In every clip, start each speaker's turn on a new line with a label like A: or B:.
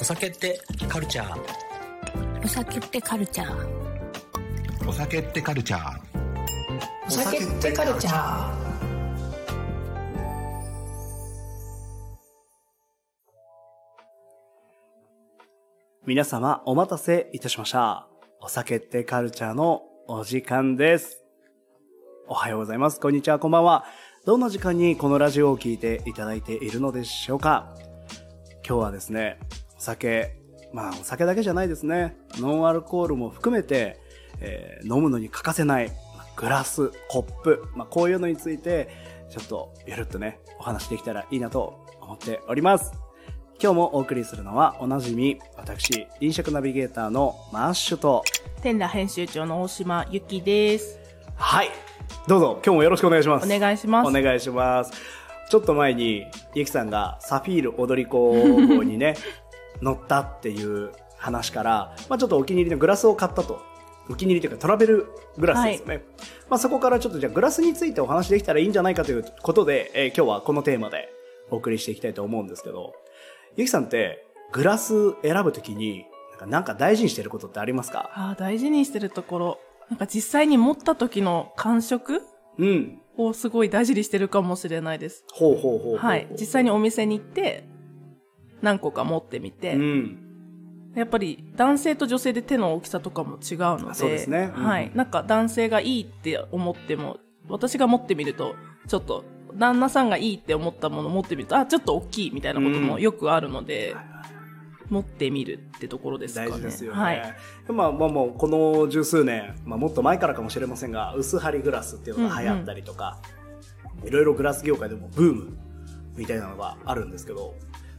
A: お酒ってカルチャー。
B: お酒ってカルチャー。
C: お酒ってカルチャー。
B: お酒ってカルチャー。
D: 皆様お待たせいたしました。お酒ってカルチャーのお時間です。おはようございます。こんにちは、こんばんは。どの時間にこのラジオを聞いていただいているのでしょうか今日はですね、お酒、まあお酒だけじゃないですね。ノンアルコールも含めて、えー飲むのに欠かせないまあグラス、コップ、まあこういうのについて、ちょっとゆるっとね、お話できたらいいなと思っております。今日もお送りするのはおなじみ私飲食ナビゲーターのマッシュと
E: 天羅編集長の大島ゆきです。
D: はいどうぞ今日もよろしくお願いします
E: お願いします
D: お願いしますちょっと前にゆきさんがサフィール踊り子に ね乗ったっていう話から、まあ、ちょっとお気に入りのグラスを買ったとお気に入りというかトラベルグラスですよね、まあ、そこからちょっとじゃあグラスについてお話できたらいいんじゃないかということで、えー今日はこのテーマでお送りしていきたいと思うんですけどゆきさんってグラス選ぶときになんかなんか大事にしてることってありますか
E: ああ、大事にしてるところ。なんか実際に持った時の感触
D: うん
E: をすごい大事にしてるかもしれないです。
D: ほうほうほうほうほう
E: はい。実際にお店に行って、何個か持ってみて、
D: うん。
E: やっぱり男性と女性で手の大きさとかも違うので、
D: そうですねうん
E: はい。なんか男性がいいって思っても、私が持ってみると、ちょっと、旦那さんがいいって思ったもの持ってみると、あ、ちょっと大きいみたいなこともよくあるので、持ってみるってところですか
D: 大
E: ね。
D: 事ですよね。
E: はい。
D: まあまあもうこの十数年、まあもっと前からかもしれませんが、薄張りグラスっていうのが流行ったりとか、いろいろグラス業界でもブームみたいなのがあるんですけど、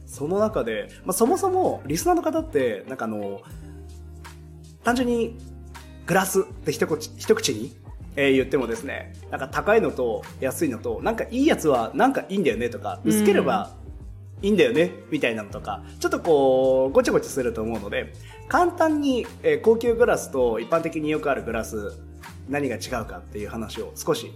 D: その中で、まあそもそもリスナーの方って、なんかあの、単純にグラスって一口一口に、えー言ってもですね、なんか高いのと安いのと、なんかいいやつはなんかいいんだよねとか、
E: うん
D: 薄ければいいんだよねみたいなのとか、ちょっとこう、ごちゃごちゃすると思うので、簡単に、えー高級グラスと一般的によくあるグラス、何が違うかっていう話を少し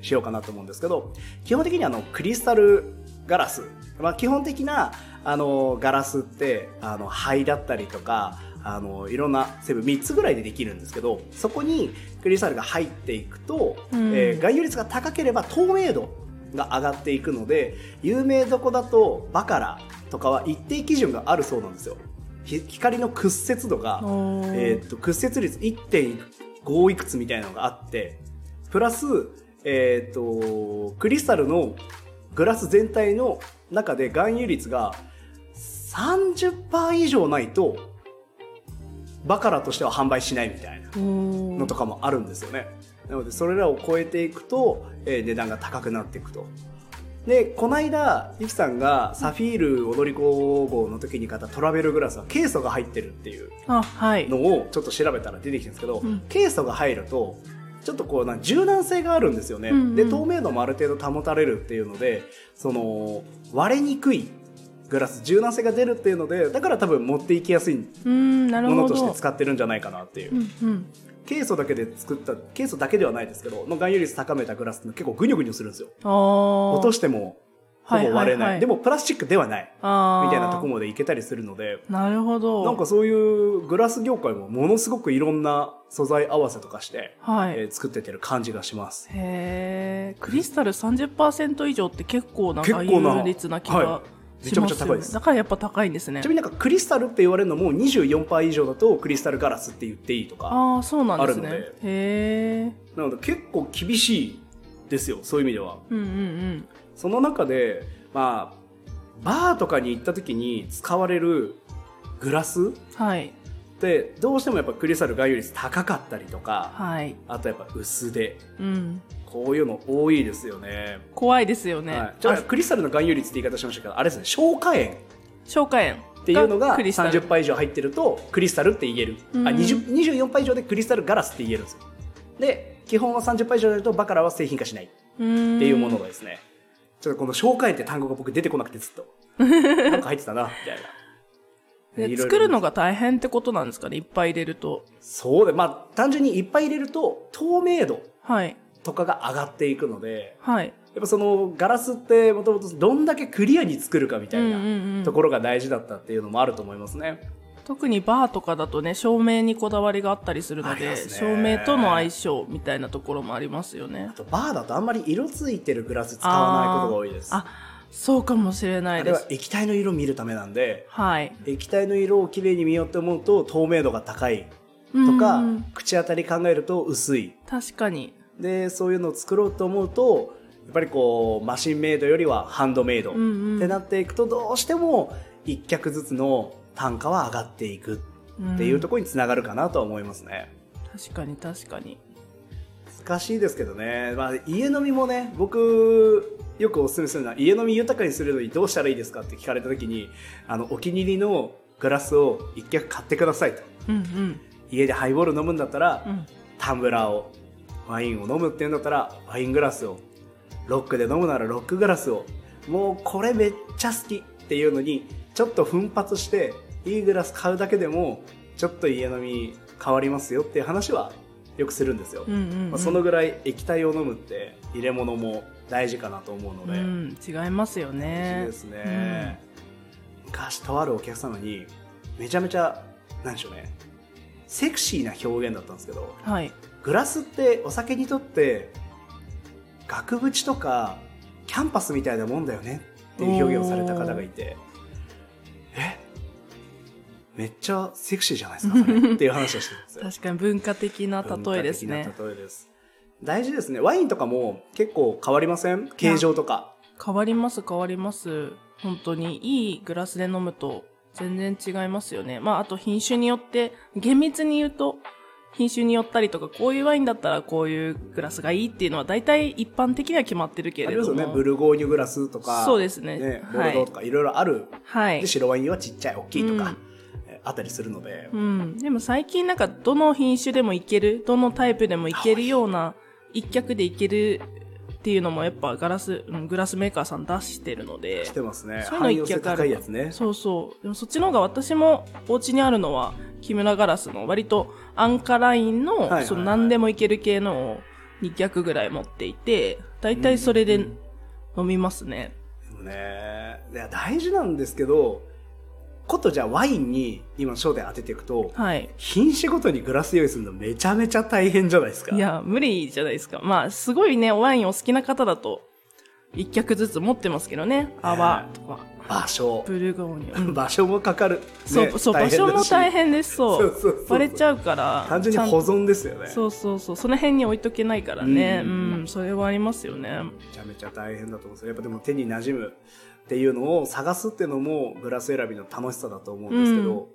D: しようかなと思うんですけど、基本的にあの、クリスタルガラス。まあ、基本的な、あの、ガラスって、あの、灰だったりとか、あの、いろんな成分3つぐらいでできるんですけど、そこにクリスタルが入っていくと、
E: うん
D: えー含有率が高ければ透明度が上がっていくので、有名どこだとバカラとかは一定基準があるそうなんですよ。ひ光の屈折度が、
E: おー
D: えーっと屈折率1.5いくつみたいなのがあってプラス、えーっとクリスタルのグラス全体の中で含有率が30%以上ないとバカラとしては販売しないみたいなのとかもあるんですよね。なのでそれらを超えていくと、えー値段が高くなっていくと。で、この間、ゆきさんがサフィール踊り子号の時に買ったトラベルグラスはケイ素が入ってるっていう
E: あ、はい。
D: のをちょっと調べたら出てきたんですけど、
E: うん
D: ケイ素が入るとちょっとこうなん柔軟性があるんですよね、
E: うんうん
D: で透明度もある程度保たれるっていうのでその割れにくいグラス柔軟性が出るっていうのでだから多分持っていきやすいう
E: ーん、なる
D: も
E: ほど。
D: のとして使ってるんじゃないかなっていう、
E: うんうん。
D: ケイ素だけで作ったケイ素だけではないですけどの含有率高めたグラスって結構グニョグニョするんですよ
E: ああ。
D: 落としてもほぼ割れない,、
E: はいはいはい
D: でもプラスチックではない
E: あー
D: みたいなとこまでいけたりするので
E: なるほど。
D: なんか、そういうグラス業界もものすごくいろんな素材合わせとかして、
E: はい。
D: えー作ってってる感じがします。
E: へえ、クリスタル30%以上って結構な
D: 結
E: 含
D: 構な
E: 有率な気
D: は
E: が
D: い
E: しま
D: めちゃくちゃ高いです
E: だからやっぱ高いんですね
D: ちな。みになんかクリスタルって言われるのも24%以上だとクリスタルガラスって言っていいとか、
E: ああ、そうなんですね
D: あるの。
E: へえ、
D: なので結構厳しいですよ、そういう意味では。
E: うんうん
D: その中で、まあ、バーとかに行った時に使われるグラスっ
E: うん。はい、
D: てどうしてもやっぱクリスタル含有率高かったりとか、
E: はい。
D: あとやっぱ薄手。
E: うん。
D: こういうの多いですよね。
E: 怖いですよね。
D: はい、ちょっとクリスタルの含有率って言い方しましたけどあれですね消化塩っ
E: 消化炎。
D: ていうのが
E: クリスタル。
D: 30%以上入ってるとクリスタルって言えるあ
E: うん
D: 20 24%以上でクリスタルガラスって言えるんですよで基本は30%以上だとバカラは製品化しないっ
E: うーん
D: ていうものがですねちょっとこの消化炎って単語が僕出てこなくて ずっとなんか入ってたなみたいない
E: で
D: ろいろ
E: 作るのが大変ってことなんですかね、いっぱい入れると。
D: そうでまあ単純にいっぱい入れると透明度
E: はい、
D: とかが上がっていくので
E: はい。
D: やっぱそのガラスってもともとどんだけクリアに作るかみたい
E: うんうんう
D: なんところが大事だったっていうのもあると思いますね。
E: 特にバーとかだとね照明にこだわりがあったりするの
D: あ
E: で、
D: りますね
E: 照明との相性みたいなところもありますよね
D: あとバーだとあんまり色ついてるグラス使わないことが多いです。
E: あーあそうかもしれな
D: あ
E: い
D: れ
E: で
D: は
E: す
D: 液体の色見るためなんで
E: はい
D: 液体の色をきれいに見ようと思うと透明度が高いと
E: と
D: か口当たり考えると薄い
E: 確かに
D: でそういうのを作ろうと思うとやっぱりこうマシンメイドよりはハンドメイドっ
E: うんうん
D: てなっていくとどうしても1脚ずつの単価は上がっていく
E: っ
D: っていうところにつながるかなとは思いますね。
E: 確かに確かに
D: 難しいですけどね、まあ、家飲みもね僕よくおすすめするのは家飲み豊かにするのにどうしたらいいですかって聞かれた時にあのお気に入りのグラスを1脚買ってくださいと
E: うんうん
D: 家でハイボール飲むんだったら、
E: うん
D: タンブラーをワインを飲むっていうんだったらワイングラスをロックで飲むならロックグラスをもうこれめっちゃ好きっていうのにちょっと奮発していいグラス買うだけでもちょっと家飲み変わりますよっていう話はよくするんですよ、
E: うんうんうん
D: まあ、そのぐらい液体を飲むって入れ物も大事かなと思うので、
E: うん、違いますよ
D: 大事
E: ね
D: ですね、昔とあるお客様にめちゃめちゃなんでしょうねセクシーな表現だったんですけど
E: うんはい
D: グラスってお酒にとって額縁とかキャンパスみたいなもんだよねっていう表現をされた方がいてえめっちゃセクシーじゃないですかそれっていう話をしてたんですよ
E: 確かに文化的な例えですね
D: 文化的な例えです大事ですねワインとかも結構変わりません形状とか
E: 変わります変わります本当にいいグラスで飲むと全然違いますよねまああと品種によって厳密に言うと品種によったりとかこういうワインだったらこういうグラスがいいっていうのは大体一般的には決まってるけ
D: あ
E: れ
D: ります
E: ど
D: よ
E: も
D: ねブルゴーニュグラスとか
E: そうですね
D: ボルドーとかいろいろある、
E: はい
D: で白ワインはちっちゃい大きいと
E: う
D: か
E: ん、
D: えあったりするので、
E: うん、でも最近なんかどの品種でもいけるどのタイプでもいけるような一脚でいけるっていうのもやっぱガラス、うん、グラスメーカーさん出してるので
D: 来てますね
E: そういうの
D: 汎用
E: 一
D: 性
E: 脚ある
D: 高いやつね
E: そうそうでもそっちの方が私もお家にあるのは木村ガラスの割とアンカライン
D: はいはいは
E: の
D: い
E: その何でもいける系のを2脚ぐらい持っていて大体それで飲みますね、
D: でもねいや大事なんですけどことじゃあワインに今焦点当てていくと、
E: はい
D: 品種ごとにグラス用意するのめちゃめちゃ大変じゃないですか
E: いや無理じゃないですかまあすごいねワインお好きな方だと1脚ずつ持ってますけどね泡とか
D: 場所
E: ブルゴーニュ、うん
D: 場所もかかる、ね、
E: そうそう場所も大
D: 変だし
E: 変ですそ
D: そ
E: う
D: うそうそう
E: バレちゃうから
D: 単純に保存ですよね
E: そうそうそうその辺に置いとけないからね
D: う
E: うんん、それはありますよね
D: めちゃめちゃ大変だと思うんですよやっぱでも手に馴染むっていうのを探すっていうのもグラス選びの楽しさだと思うんですけど、
E: う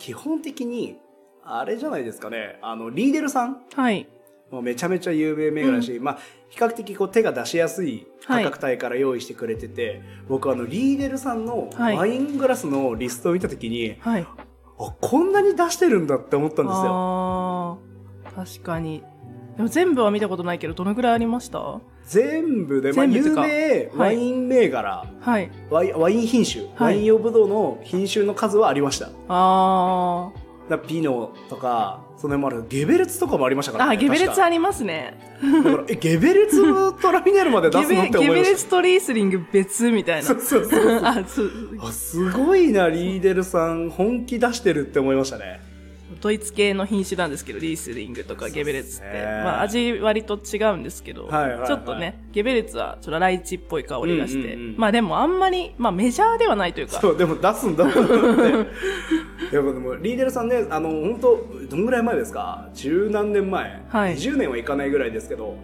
D: 基本的にあれじゃないですかねあのリーデルさん
E: はい
D: もうめちゃめちゃ有名銘柄だし、まあ、比較的こう手が出しやすい価格帯から用意してくれてて、僕あのリーデルさんの
E: はい
D: ワイングラスのリストを見た時に、
E: はい
D: あこんなに出してるんだって思ったんですよ
E: あー確かにでも全部は見たことないけどどのぐらいありました
D: 全部で、まあ、
E: 全部って
D: 有
E: か
D: 名ワイン銘柄、
E: はい
D: ワインワイン品種、
E: は
D: ワ
E: い
D: イン用ブドウの品種の数はありました
E: あー
D: だからピノとかその辺もあるゲベレツとかもありましたから、ね、
E: あゲベレツあ
D: あ
E: りますね
D: だからえゲベレツをトラフィネールまで出
E: ゲ
D: すのっ
E: ベ
D: て思
E: ゲ
D: いま
E: ベレ
D: し
E: ツとリースリング別みた
D: た
E: いな
D: そうそうそう
E: あそう
D: あすごいなリーデルさん本気出してるって思いましたね
E: ドイツ系の品種なんですけどリースリングとかゲベレツっ
D: そう
E: て、
D: ですね
E: まあ、味割と違うんですけど、
D: はいはいはい
E: ちょっとねゲベレツはちょっとライチっぽい香りがして、
D: うんうんうん
E: まあでもあんまり、まあ、メジャーではないというか
D: そうでも出すんだと思ってい やでもリーデルさんねあの本当どんぐらい前ですか十何年前、
E: はい
D: 20年はいかないぐらいですけど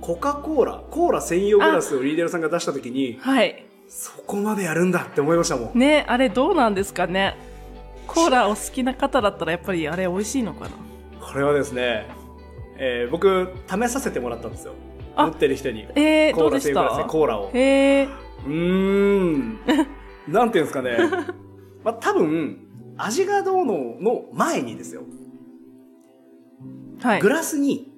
D: コカ・コーラコーラ専用グラスをリーデルさんが出した時に
E: はい
D: そこまでやるんだって思いましたもん
E: ねあれどうなんですかねコーラお好きな方だったらやっぱりあれ美味しいのかな
D: これはですね、えー僕試させてもらったんですよ
E: あ
D: 持ってる人に
E: えー、
D: コ
E: ど
D: ー
E: う
D: ラ
E: で
D: セー
E: し
D: ブラス
E: た
D: でコーラをう
E: へえ
D: ーんなんていうんですかね まあ多分味がどうのの前にですよ、
E: はい
D: グラスに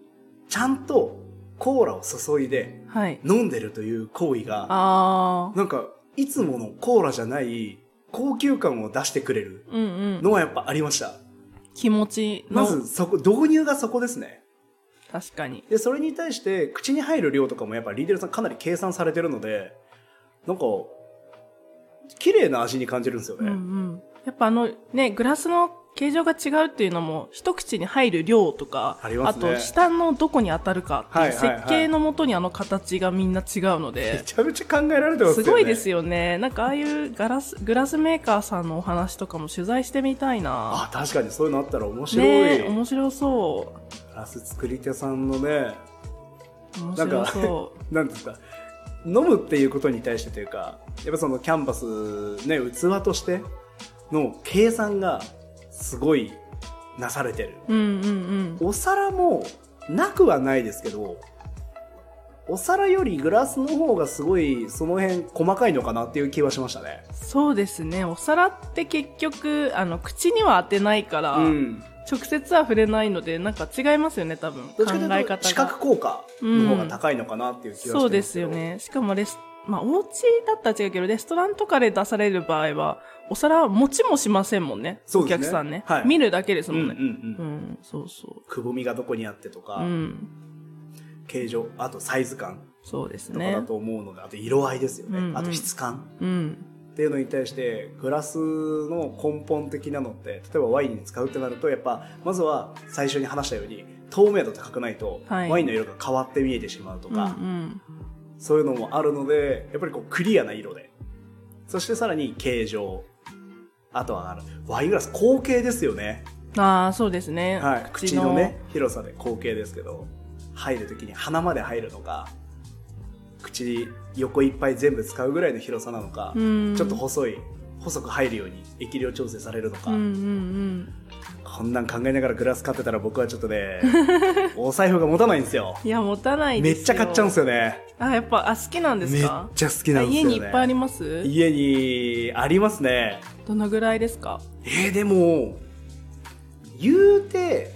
D: ちゃんとコーラを注いで
E: はい
D: 飲んでるという行為が
E: ああ
D: なんかいつものコーラじゃない高級感を出してくれる
E: うんうん
D: のはやっぱありました
E: 気持ちの
D: まずそこ導入がそこですね
E: 確かに。
D: でそれに対して口に入る量とかもやっぱリーデルさんかなり計算されてるのでなんか綺麗な味に感じるんですよ
E: うんう
D: ね、
E: ん。やっぱあの、ね、グラスの形状が違うっていうのも、一口に入る量とか、
D: ありますね
E: と下のどこに当たるかってい
D: は
E: う、
D: いはいはい
E: 設計のもとにあの形がみんな違うの
D: め
E: で、
D: ちゃめちゃ考えられてますよね
E: すごいですよね。なんかああいうガラス、グラスメーカーさんのお話とかも取材してみたいな。
D: あ確かにそういうのあったら面白い、
E: ねえ面白そ
D: ガラス作り手さんのね
E: う。面
D: なん
E: 白
D: か
E: そう。
D: なんですか飲むっていうことに対してというかやっぱそのキャンバスね器としての計算がすごいなされてる
E: うんうん
D: お皿もなくはないですけどお皿よりグラスの方がすごいその辺細かいのかなっていう気はしましたね
E: うん、そうですねお皿って結局あの口には当てないから、
D: うん
E: 直接は触れないのでなんか違いますよね多分
D: ど
E: 考
D: っちかと
E: え
D: いう
E: 方
D: と
E: が
D: 視覚効果の方が高いのかなっていう気はしてますけど
E: そうですよねしかもレスまあお家だったら違うけどレストランとかで出される場合はお皿は持ちもしませんもんね
D: そう
E: お
D: ですね
E: 客さんね、
D: はい
E: 見るだけです
D: うん
E: も
D: うんんう
E: ねうんん、そうそ
D: くぼみがどこにあってとか、
E: ううん
D: 形状あとサイズ感
E: そうです
D: とか
E: ね
D: だと思うので、あと色合いですよね、
E: うんうん
D: あと質感
E: うん
D: っていうのに対してグラスの根本的なのって例えばワインに使うってなるとやっぱまずは最初に話したように透明度高くないと
E: はい
D: ワインの色が変わって見えてしまうと
E: うん
D: か、
E: うん
D: そういうのもあるのでやっぱりこうクリアな色でそしてさらに形状あとはあのワイングラス後傾ですよね、
E: ああそうですね、
D: はい、口のね広さで後傾ですけど入る時に鼻まで入るのか口横いっぱい全部使うぐらいの広さなのか、
E: うん
D: ちょっと細い細く入るように液量調整されるのか、
E: うんうんうん
D: こんなん考えながらグラス買ってたら僕はちょっと ねお財布が持たないんですよ
E: いや持たない
D: めっ
E: ですよ
D: ちゃ買っちゃうんですよね
E: あやっぱあ好きなんで
D: め
E: す
D: っ
E: か
D: ちゃ好きなんです
E: 家
D: よね
E: にいっぱいあります
D: 家にありますね
E: どのぐらいですか
D: えー、でも言うて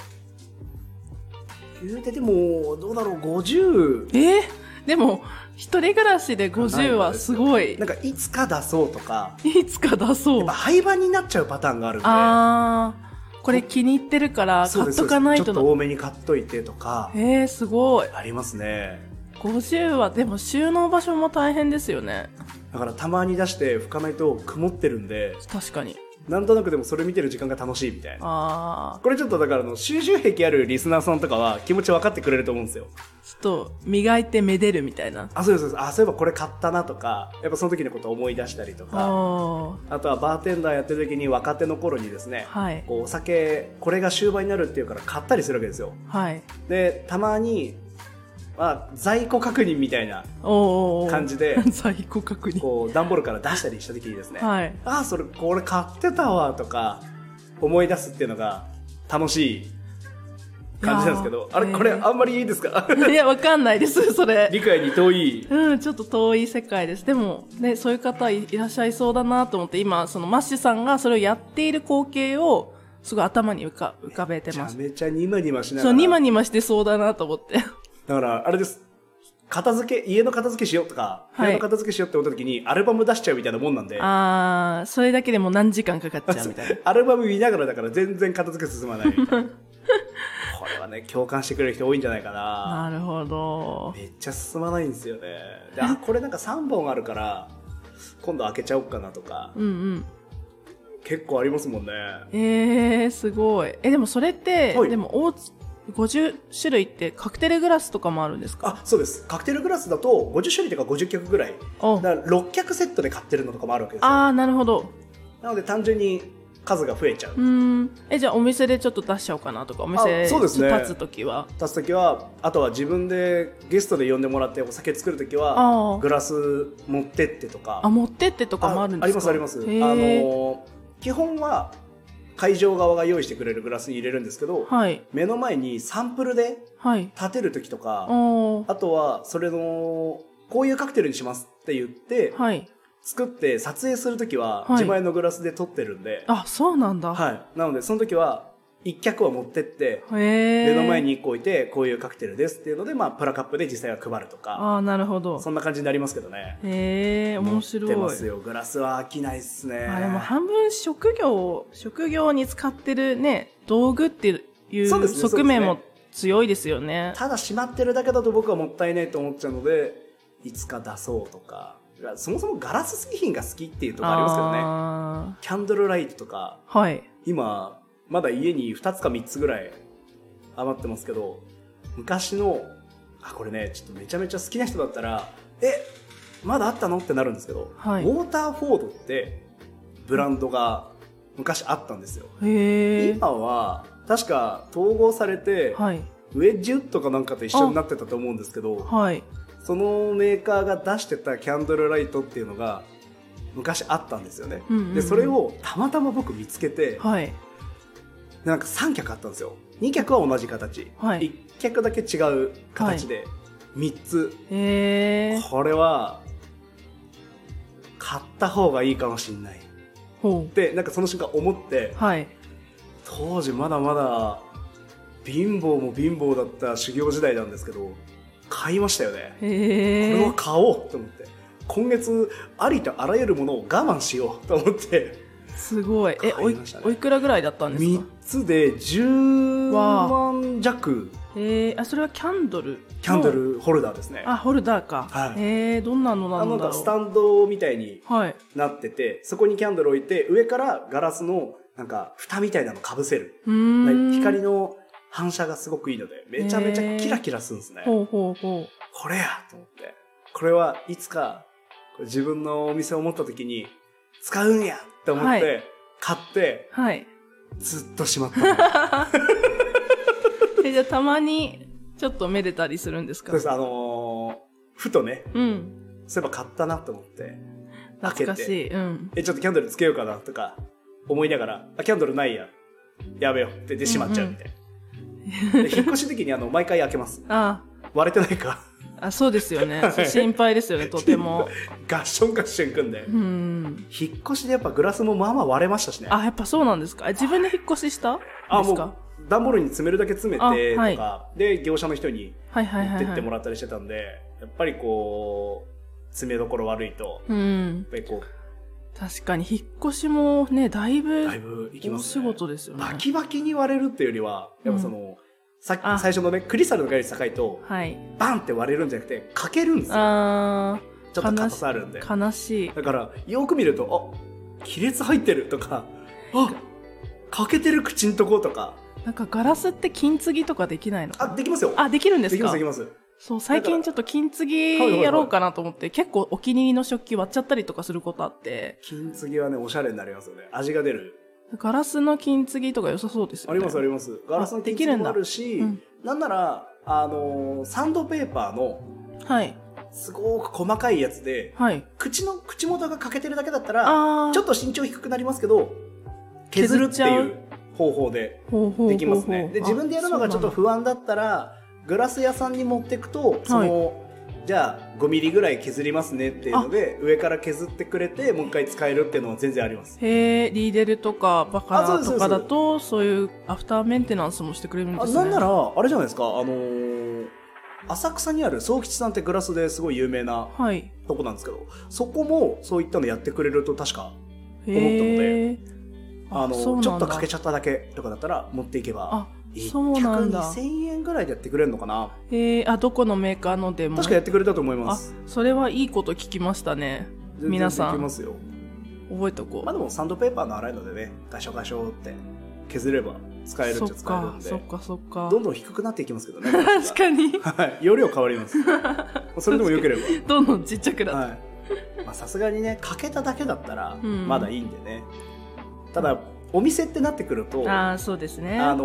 D: 言うてでもどうだろう50
E: えーでも一人暮らしで50はすごい
D: なんかいつか出そうとか
E: いつか出そ
D: や
E: う
D: っぱ廃盤になっちゃうパターンがあるんで
E: あーこれ気に入ってるから
D: そう
E: 買
D: で
E: っ
D: す
E: とかない
D: そ
E: と
D: うですちょっと
E: な
D: 多めに買っといてとか
E: えー、すごい
D: ありますね
E: 50はでも収納場所も大変ですよね
D: だからたまに出して拭かないと曇ってるんで
E: 確かに
D: なんとなくでもそれ見てる時間が楽しいみたいな
E: あー
D: これちょっとだからあの収集癖あるリスナーさんとかは気持ち分かってくれると思うんですよ
E: ちょっと磨いてめでるみたいな
D: あそうですそうですあそういえばこれ買ったなとかやっぱその時のことを思い出したりと
E: あ
D: か
E: ー
D: あとはバーテンダーやってる時に若手の頃にですね、
E: はい
D: こうお酒これが終盤になるっていうから買ったりするわけですよ
E: はい
D: でたまに、まあ、在庫確認みたいな
E: おーおーおー
D: 感じ で
E: 在庫確認
D: こう段ボールから出したりした時にですね、
E: はい
D: ああそれこれ買ってたわとか思い出すっていうのが楽しい感じなんですけど
E: いやー
D: あれこれ
E: えー
D: あんまりいいですか
E: いやわかんないですそれ
D: 理解に遠い
E: うん、ちょっと遠い世界です。でも、ね、そういう方いいらっしゃいそうだなと思って、今、そのマッシュさんがそれをやっている光景を、すごい頭に浮か浮かべて
D: めちゃ
E: ます。
D: めちゃニマニマしなが
E: そう、
D: ら
E: ニマニマしてそうだなと思って。
D: だからあれです片付け家の片付けしようとか、
E: はい
D: 家の片付けしようって思った時にアルバム出しちゃうみたいなもんなんで
E: あー、それだけでもう何時間かかっちゃうみたいな。
D: アルバム見ながらだから全然片付け進まないみたいなこれはね共感してくれる人多いんじゃないかな
E: なるほど。
D: めっちゃ進まないん ですよねであこれなんか3本あるから今度開けちゃおうかなとか
E: うんうん。
D: 結構ありますもんね
E: えー、すごい。え、でもそれって、
D: はい
E: でも、おうち50種類ってカクテルグラスとかもあるんですか
D: あそうですカクテルグラスだと50種類とか50脚ぐらい
E: お
D: だから6脚セットで買ってるのとかもあるわけですよ
E: あー、なるほど。
D: なので単純に数が増えちゃう
E: うーん。え、じゃあお店でちょっと出しちゃおうかなとか、お店
D: あそうですね
E: 立つときは。
D: 立つ時はあとは自分でゲストで呼んでもらってお酒作る時
E: あ
D: は
E: ー
D: グラス持ってってとか
E: あ、持ってってとかもあるんですか
D: ありますあります、
E: へー
D: あの基本は会場側が用意してくれるグラスに入れるんですけど、
E: はい。
D: 目の前にサンプルで
E: はい。
D: 立てる時とか、
E: おー
D: あとはそれのこういうカクテルにしますって言って、
E: はい。
D: 作って撮影する時は
E: はい
D: 自前のグラスで撮ってるんで、
E: あ、そうなんだ。
D: はいなのでその時は一脚は持ってって、
E: へ
D: 目
E: ー
D: の前に1個置いてこういうカクテルですっていうので、まあ、プラカップで実際は配るとか
E: ああ、なるほど
D: そ。んな感じになりますけどね
E: へえ、面白い。
D: 持ってますよグラスは飽きないっすね
E: あでも半分職業、職業に使ってるね、道具っていう
D: そうですね
E: 側面も強いですよね。
D: ただしまってるだけだと僕はもったいないと思っちゃうのでいつか出そうとかそもそもガラス製品が好きっていうとこありますけどね
E: あ
D: キャンドルライトとか
E: ーはい。
D: 今まだ家に2つか3つぐらい余ってますけど昔のあこれねちょっとめちゃめちゃ好きな人だったらえまだあったのってなるんですけど、
E: はい
D: ウォーターフォードってブランドが昔あったんですよ、
E: へえ。
D: 今は確か統合されて、
E: はい。
D: ウェッジウッドかなんかと一緒になってたと思うんですけど
E: はい。
D: そのメーカーが出してたキャンドルライトっていうのが昔あったんですよね、
E: うんうんうん
D: でそれをたまたま僕見つけて、
E: はい。
D: でなんか3脚あったんですよ2脚は同じ形、
E: はい
D: 1脚だけ違う形で3つ、
E: へえ。
D: これは買った方がいいかもしんないっ
E: ほ
D: てなんかその瞬間思って
E: う。はい。
D: 当時まだまだ貧乏も貧乏だった修行時代なんですけど買いましたよねこ
E: へ
D: れ
E: え
D: は。買おうと思って今月ありとあらゆるものを我慢しようと思って
E: すごい。え、
D: 買
E: お
D: い
E: い
D: ましたね、
E: おいくらぐらいだったんです
D: 3
E: か
D: つで10万弱
E: へえ。あ、それはキャンドル。
D: キャンド。ルホルダーですね
E: あ、ホルダーか。
D: はい
E: へえ、どんなの
D: あ
E: な
D: のなん
E: んだ
D: か
E: ろ
D: ス
E: う。
D: タンドみたいに
E: はい。
D: なっててそこにキャンドル置いて上からガラスのなんか蓋みたいなのかぶせる
E: うーん。
D: 光。の反射がすごくいいのでめちゃめちゃキラキラするんですね、
E: ほうほうほう。
D: これやと思ってこれはいつかこれ自分のお店を持った時に使うんやって思っ
E: は
D: て買って
E: はい。
D: ずっとしまったの
E: え、じゃあたまに、ちょっとめでたりするんです
D: そ
E: か
D: うですあのーふとね
E: うん。
D: そういえば買ったなと思って
E: 懐かしい。うん。
D: えちょっとキャンドルつけようかなとか思いながらあキャンドルないややめようって言ってしまっちゃうみたいな、で引っ越しの時にあの毎回開けます
E: あ
D: 割れてないか
E: あ、そうで すよね。そう心配ですよね、とても。
D: ガッションガッションいくんで
E: うん。
D: 引っ越しでやっぱグラスもまあまあ割れましたしね
E: あ、やっぱそうなんですか。え自分で引っ越ししたん
D: あ
E: です
D: も
E: か
D: う段ボールに詰めるだけ詰め
E: あ
D: てとか、
E: はい
D: で業者の人に
E: はいはい
D: 持っ
E: はい、
D: てっても
E: はい。
D: らったりしてたんで、やっぱりこう詰めどころ悪いとやっ
E: うん。
D: ぱりこ
E: 確かに、引っ越しもね、だいうぶ
D: だい、ぶいき
E: お
D: ます
E: 仕
D: ね
E: 事ですよね。
D: バキバキに割れるっていうよりはやっぱその、さっき
E: あ
D: 最初のねクリスタルの概率高いと
E: はい。
D: バンって割れるんじゃなくて欠けるんですよ
E: あ
D: ちょっと硬さあるんで
E: ー、悲しい。
D: だからよく見るとあ亀裂入ってるとかあ欠けてる口んとことか
E: なんかガラスって金継ぎとかできないのか
D: あ
E: な
D: できますよ
E: あ、できるんで
D: ですき
E: か
D: ますできます
E: そう、最近ちょっと金継ぎやろうかなと思って、結構お気に入りの食器割っちゃったりとかすることあって、
D: 金継ぎはねおしゃれになりますよね味が出る
E: ガラスの金継ぎとか良さそうですよ
D: あ
E: ね。
D: りますありますガラスの金継ぎもあるし
E: できるんだ
D: なんならあのーサンドペーパーの
E: はい。
D: すごく細かいやつで
E: はい。
D: 口の口元が欠けてるだけだったら
E: ああ。
D: ちょっと身長低くなりますけど削るっていう方法で
E: ほうほうほうほう
D: できますねで自分でやるのがちょっと
E: あ
D: 不安だったらグラス屋さんに持ってくとその、じゃあ5ミリぐらい削りますねっていうので上から削ってくれてもう一回使えるっていうのは全然あります
E: へえ、リーデルとかバカ
D: あそう
E: ラ
D: です
E: とかだと、そういうアフターメンテナンスもしてくれるんで
D: あ
E: すね。
D: なんならあれじゃないですかあのー浅草にある宗吉さんってグラスですごい有名な
E: はい。
D: とこなんですけどそこもそういったのやってくれると確か
E: へえ。
D: あの
E: そうなん
D: ち
E: だ
D: ょっとかけちゃっただけとかだったら持っていけば
E: あ、
D: 1
E: そうなんだ
D: 0 0円ぐらいでやってくれるのかな
E: へえ、あ、どこのメーカーのでも。
D: 確かやってくれたと思いま
E: あ
D: す、
E: それはいいこと聞きましたね。
D: 全然
E: 皆さん
D: できますよ
E: 覚えとこう。
D: まあでもサンドペーパーの粗いのでねガショガショって削れば使えるっちゃ使えるんで
E: そっかそっかそ
D: ど
E: っ
D: ん
E: か
D: どん低くなっていきますけ どね
E: 確かに
D: はい容量変わります それでもよけれ
E: どんどんちっちゃくな
D: ばは
E: っ
D: いまあさすがにねかけただけだったら
E: うん
D: まだいいんでね、ただお店ってなってくると
E: てああそうですね
D: あの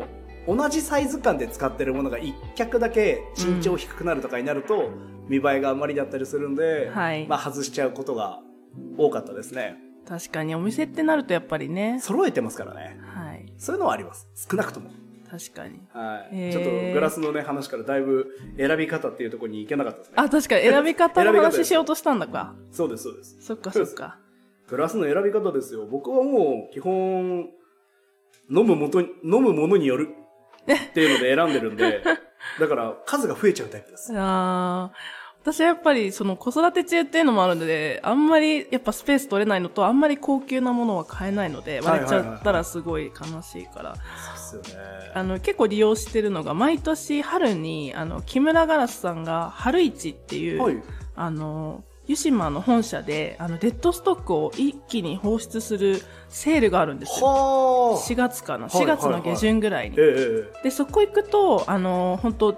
D: ー同じサイズ感で使ってるものが一脚だけ身長低くなるとかになると、見栄えがあんまりだったりするんで、
E: はい
D: まあ外しちゃうことが多かったですね
E: 確かにお店ってなるとやっぱりね
D: 揃えてますからね
E: はい
D: そういうのはあります少なくとも、
E: 確かに
D: はい
E: へー
D: ちょっとグラスのね話からだいぶ選び方っていうところに行けなかったですね
E: あ確かに選び方
D: 選
E: の
D: び方です
E: 話しようとしたんだか
D: そうですそうです
E: そっかそっか
D: グラスの選び方ですよ僕はもう基本飲むもとに飲むものによるっていうので選んでるん でだから数が増えちゃうタイプです
E: あー私はやっぱりその子育て中っていうのもあるので、あんまりやっぱスペース取れないのと、あんまり高級なものは買えないので、
D: はいはい
E: 割れちゃったらすごい悲しいから。
D: ですよね。
E: あの結構利用してるのが毎年春にあの木村ガラスさんが春市っていう、
D: はい。
E: あの湯島の本社であのデッドストックを一気に放出するセールがあるんですよ。
D: は
E: 4月か
D: は
E: な
D: い
E: 4月の下旬ぐらいに、
D: ええ
E: でそこ行くとあの本当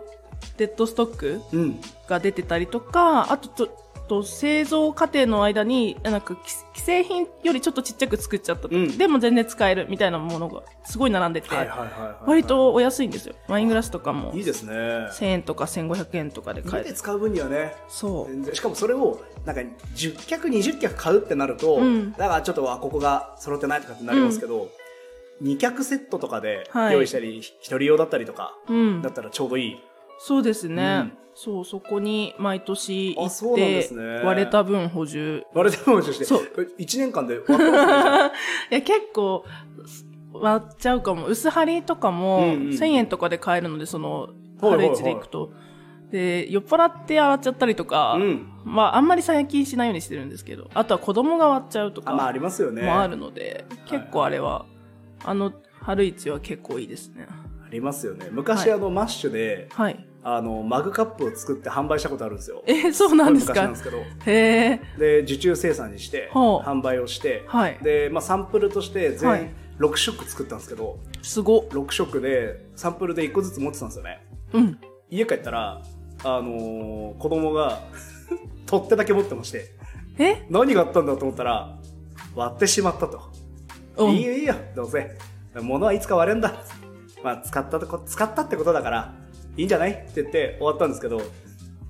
E: デッドストック
D: うん。
E: が出てたりとかあとちょっと製造過程の間になんか既既製品よりちょっとちっちゃく作っちゃった、
D: うん
E: でも全然使えるみたいなものがすごい並んでて、
D: はいはいはいはい。
E: 割。とお安いんですよワイングラスとかも
D: いいですね。
E: 1000円とか1500円とかで買
D: 家
E: え
D: で
E: る
D: 使う分にはね、
E: そう
D: 全然しかもそれをなんか10脚20脚買うってなると、
E: うん
D: だからちょっとあここが揃ってないとかってなりますけど、2脚セットとかで
E: はい
D: 用意したり、一人用だったりとか
E: うん
D: だったらちょうどいい、
E: そうですね、
D: うん
E: そうそこに毎年行
D: あそう
E: っ
D: なんで
E: て、
D: すね
E: 割れた分補充
D: 割れたもんとして
E: そう
D: 1年 間で割ったんですね
E: いや結構割っちゃうかも薄張りとかも
D: うんうん
E: 1000円とかで買えるのでその
D: はいはいはい
E: 春市で行くと、で酔っ払って洗っちゃったりとか、
D: うん
E: まああんまり最近しないようにしてるんですけどあとは子供が割っちゃうと
D: あまああ
E: か
D: りますよね
E: もあるので、結構あれはあの春市は結構いいですね
D: ありますよね昔、
E: はい
D: あのマッシュで
E: はい
D: あのマグカップを作って販売したことあるんですよ
E: えそうなんです
D: ごい昔
E: か
D: なんですけど
E: へえ
D: で受注生産にして
E: ほう
D: 販売をして、
E: はい
D: で、まあ、サンプルとして
E: はい
D: 全6色作ったんですけど、
E: すごっ
D: 6色でサンプルで1個ずつ持ってたんですよね
E: うん
D: 家帰ったら、あのー子供が 取っ手だけ持ってまして
E: え
D: 何があったんだと思ったら割ってしまったと、
E: うん
D: いいよいいよどうせ物はいつか割れんだ、まあ、使ったとこ使ったってことだからいいんじゃないって言って終わったんですけど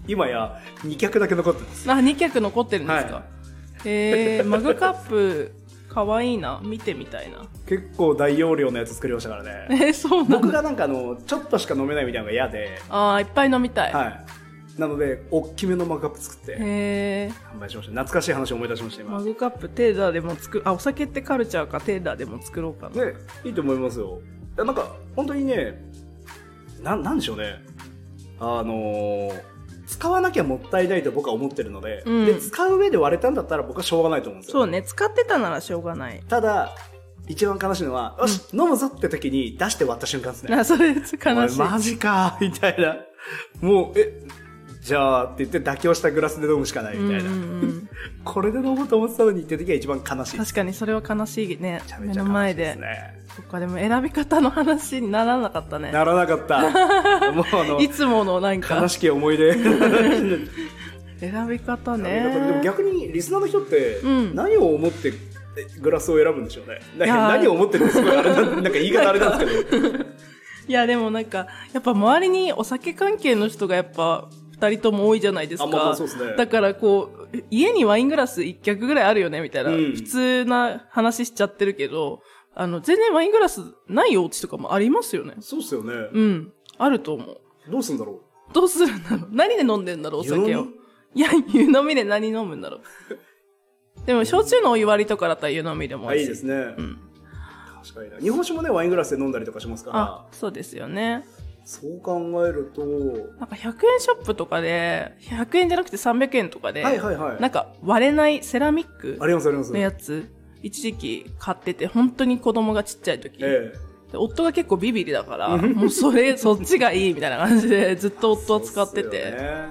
D: 今や2脚だけ残ってます
E: あ2脚残ってるんですか、
D: は
E: へえマグカップかわいいな見てみたいな
D: 結構大容量のやつ作りましたからね
E: えそうな
D: 僕
E: んだ
D: がなんかあのちょっとしか飲めないみたいなのが嫌で、
E: あーいっぱい飲みたい、
D: はい、なので大きめのマグカップ作って
E: へえ
D: 販売しました懐かしい話を思い出しました
E: マ
D: 今ね
E: グカップテーダーでも作るあお酒ってカルチャーかテーダーでも作ろうかな、
D: いいと思いますよいやなんか本当にねなんなんでしょうねあのー使わなきゃもったいないと僕は思ってるので,、
E: うん
D: で使う上で割れたんだったら僕はしょうがないと思うんですよ
E: そうね使ってたならしょうがない
D: ただ一番悲しいのは、よし飲むぞって時に出して割った瞬間 ですね
E: あそれ悲しい
D: おいマジかみたいなもうえじゃあって言って妥協したグラスで飲むしかないみたいな、
E: うんうん うん
D: これで飲もうと思ってたのにって時が一番悲しい
E: 確かにそれは悲しいね
D: めちゃめ
E: 目
D: ちゃ
E: の
D: 悲し
E: 前
D: いです
E: で
D: ね
E: そっかでも選び方の話にならなかったね
D: ならなかった もうあの
E: いつものなん
D: 悲
E: か
D: しき思い 出
E: 選び方
D: でも
E: ね
D: 逆にリスナーの人って
E: うん
D: 何を思ってグラスを選ぶんでしょうね、ない
E: やー
D: 何を思ってるんですかあれななんか言い方あれなん ですけど
E: いやでもなんかやっぱ周りにお酒関係の人がやっぱ2人とも多いじゃないですか、
D: あまあまあそうですね
E: だからこう家にワイングラス1脚ぐらいあるよねみたいな、
D: うん
E: 普通な話しちゃってるけどあの全然ワイングラスないお家とかもありますよね
D: そうっすよね、
E: うんあると思う
D: どうすんだろ
E: どうするんだろう何で飲んでんだろうお酒
D: 湯飲
E: をいや湯飲みで何飲むんだろうでも焼酎のお湯割りとかだったら湯飲みで
D: う
E: も
D: あ
E: 美
D: い
E: 味
D: いで
E: し
D: すね、
E: うん
D: 確かにな日本酒もねワイングラスで飲んだりとかしますから
E: あそうですよね
D: そう考えると
E: なんか100円ショップとかで100円じゃなくて300円とかで、
D: はいはいはい
E: なんか割れないセラミック
D: ありますあります
E: のやつ一時期買ってて本当に子供がちっちゃい時、
D: ええ
E: で夫が結構ビビりだからもうそれ そっちがいいみたいな感じで ずっと夫は使って
D: そうっす
E: て
D: よ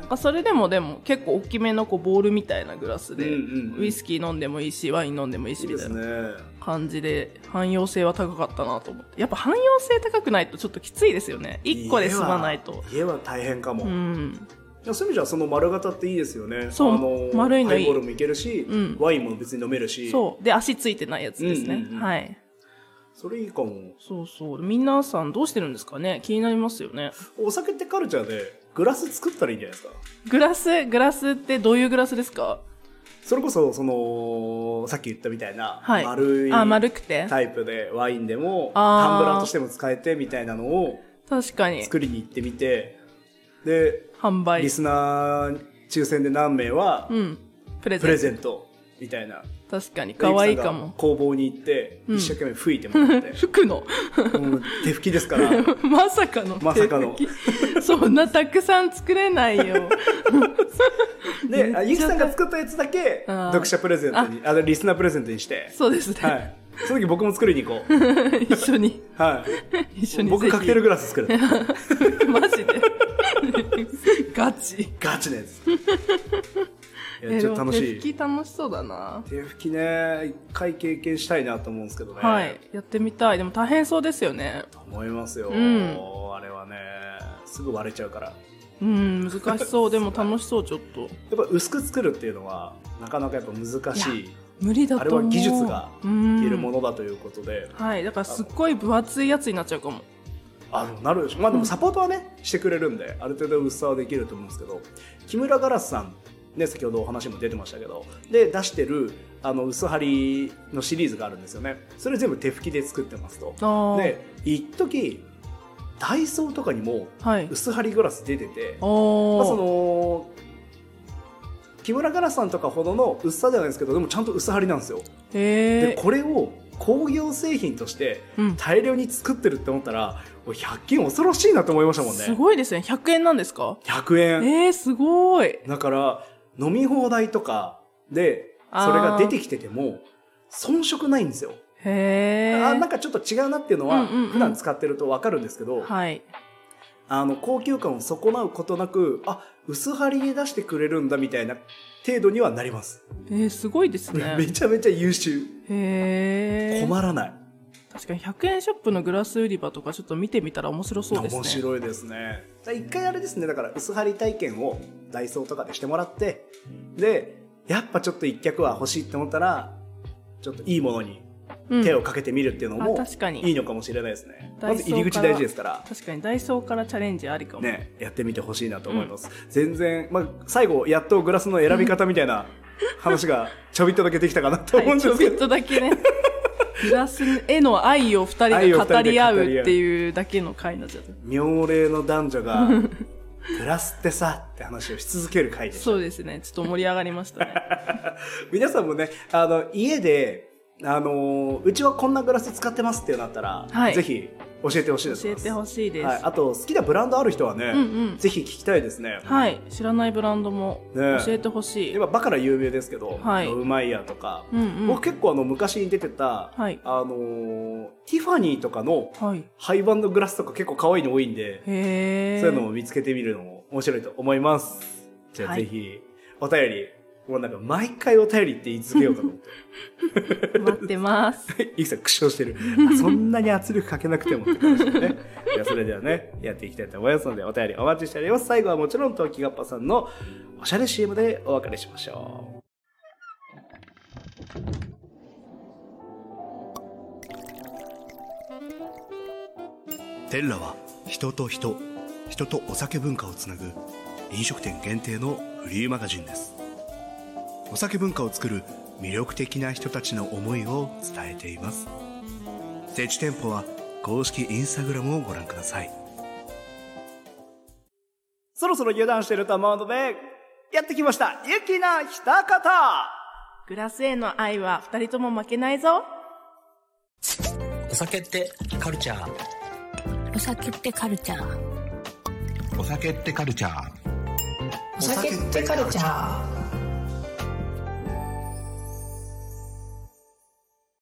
E: そ,、
D: ね
E: それでもでも結構大きめのこうボールみたいなグラスで、
D: うんうんうん
E: ウイスキー飲んでもいいしワイン飲んでもいいし
D: いい
E: み
D: で
E: た
D: す
E: いな
D: ね
E: 感じで汎用性は高かったなと思ってやっぱ汎用性高くないとちょっときついですよね1個で済まないと。
D: 家は家は大変かも、
E: うん、
D: いやそういう意味じゃその丸型っていいですよね
E: そう
D: あの
E: 丸いのいい
D: ハイボールもいけるし、
E: うん
D: ワインも別に飲めるし
E: そうで足ついてないやつですね、
D: うんうんうん
E: はい
D: それいいかも
E: そうそう皆さんどうしてるんですかね気になりますよね
D: お酒ってカルチャーでグラス作ったらいいんじゃないですか
E: グラスグラスってどういうグラスですか
D: それこそそのさっき言ったみたいな、
E: はい
D: 丸い
E: あ丸くて
D: タイプでワインでもタ
E: あー
D: ンブラーとしても使えてみたいなのを
E: 確かに
D: 作りに行ってみてで、
E: 販売
D: リスナー抽選で何名は
E: うんプレゼ
D: プ
E: ン
D: レゼントみたいな
E: 確かに可愛いか
D: でイプさんが
E: も
D: 工房に行って
E: うん
D: 一生懸命吹いてもら って、
E: 服の
D: もう手拭きです から
E: まさかの
D: まさかの
E: 手拭きそんなたくさん作れないよ
D: で、あゆきさんが作ったやつだけ、
E: あー
D: 読者プレゼントに、あのリスナープレゼントにして、
E: そうですね、
D: はい。その時僕も作りに行こう。
E: 一緒に
D: は
E: 一緒
D: い。
E: に
D: 僕カクテルグラス作る。
E: ル マジでガチ
D: ガチなや つ。いや、
E: えー
D: ち
E: で
D: ょっ
E: も
D: と楽し
E: 手
D: い。
E: 拭き楽しそうだな
D: 手拭きね、一回経験したいなと思うんですけどね。
E: はいやってみたいでも大変そうですよね
D: 思いますよ、
E: うん
D: あれはねすぐ割れちゃうからや
E: うん難しそうでも楽しそうちょっと
D: っぱ薄く作るっていうのはなかなかやっぱ難しい
E: 無理だ
D: あれ
E: と
D: は
E: 思う
D: 技術が
E: うん
D: いるものだということで、
E: はいだからすっごい分厚いやつになっちゃうかも
D: あのなるでしょまあでもサポートはねしてくれるんである程度薄さはできると思うんですけど木村ガラスさんね、先ほどお話も出てましたけどで出してるあの薄張りのシリーズがあるんですよねそれ全部手拭きで作ってますと
E: ああ、
D: で一時ダイソーとかにも
E: はい
D: 薄張りグラス出てて
E: お
D: ま
E: お
D: あ、その木村ガラスさんとかほどの薄さではないですけどでもちゃんと薄張りなんですよ、
E: へ
D: で
E: え
D: これを工業製品として
E: うん
D: 大量に作ってるって思ったら俺100均恐ろしいなと思いましたもんね
E: すごいですね100円なんですか
D: 100円
E: えー、すごい
D: だから飲み放題とかでそれが出てきてても遜色ないんですよ、
E: へえ
D: あなんかちょっと違うなっていうのは
E: うんうんうん
D: 普段使ってると分かるんですけど、
E: はい
D: あの高級感を損なうことなくあ薄張りで出してくれるんだみたいな程度にはなります
E: えー、すごいですね
D: めちゃめちゃ優秀
E: へえ
D: 困らない
E: 確かに100円ショップのグラス売り場とかちょっと見てみたら面白そうですね
D: 面白いですねじゃあ一回あれですねだから薄張り体験をダイソーとかでしてもらってでやっぱちょっと一脚は欲しいって思ったらちょっといいものに
E: うん
D: 手をかけてみるっていうのも
E: あ確かに
D: いいのかもしれないですね、
E: ダ
D: ま
E: イソ
D: ず
E: ー
D: 入り口
E: から
D: 大事ですから
E: 確かにダイソーからチャレンジありかも、
D: ね、やってみてほしいなと思います、全然、まあ、最後やっとグラスの選び方みたいな話がちょびっとだけできたかなと
E: は
D: 思うん
E: い、ち
D: で
E: ょ
D: すけ
E: び
D: ど
E: っ、とだ けねグラスへの愛を二人が語り合うっていうだけの回になっちゃった
D: 妙齢の男女がグラスってさって話をし続ける回でした
E: そうですねちょっと盛り上がり ましたね
D: 皆さんもねあの家で、あのーうちはこんなグラス使ってますってなったら、
E: はい
D: ぜひ教えてほしいです
E: 教えてほしいです
D: はい、
E: は
D: あと好きなブランドある人はね、
E: んうん
D: ぜひ聞きたいですね、
E: い、知らないブランドも
D: ね
E: 教えてほしい、
D: 今バカラ有名ですけど、
E: はい
D: あのうまいやとか、
E: うんうん
D: 僕結構あの昔に出てた、
E: はい
D: あのーティファニーとかの
E: はい
D: 廃盤のグラスとか結構可愛いの多いんで、
E: へえ
D: そういうのも見つけてみるのも面白いと思います。じゃあ
E: はい
D: ぜひ、お便り、もうなんか毎回お便りって言い続けようかと思って。
E: 待ってます
D: ゆきさん苦笑してる。あそんなに圧力かけなくてもって感じでね。いや、それではね、やっていきたいと思いますので、お便りお待ちしております。最後はもちろん、トーキガッパさんのおしゃれ CM でお別れしましょう。
A: テンラは人と人人とお酒文化をつなぐ飲食店限定のフリーマガジンですお酒文化を作る魅力的な人たちの思いを伝えています設置店舗は公式インスタグラムをご覧ください
D: そろそろ油断してると思うので、やってきました、ゆきなひたかた
E: グラスへの愛は二人とも負けないぞ
A: お酒ってカルチャー
B: お酒ってカルチャー
C: お酒ってカルチャー
B: お酒ってカルチャー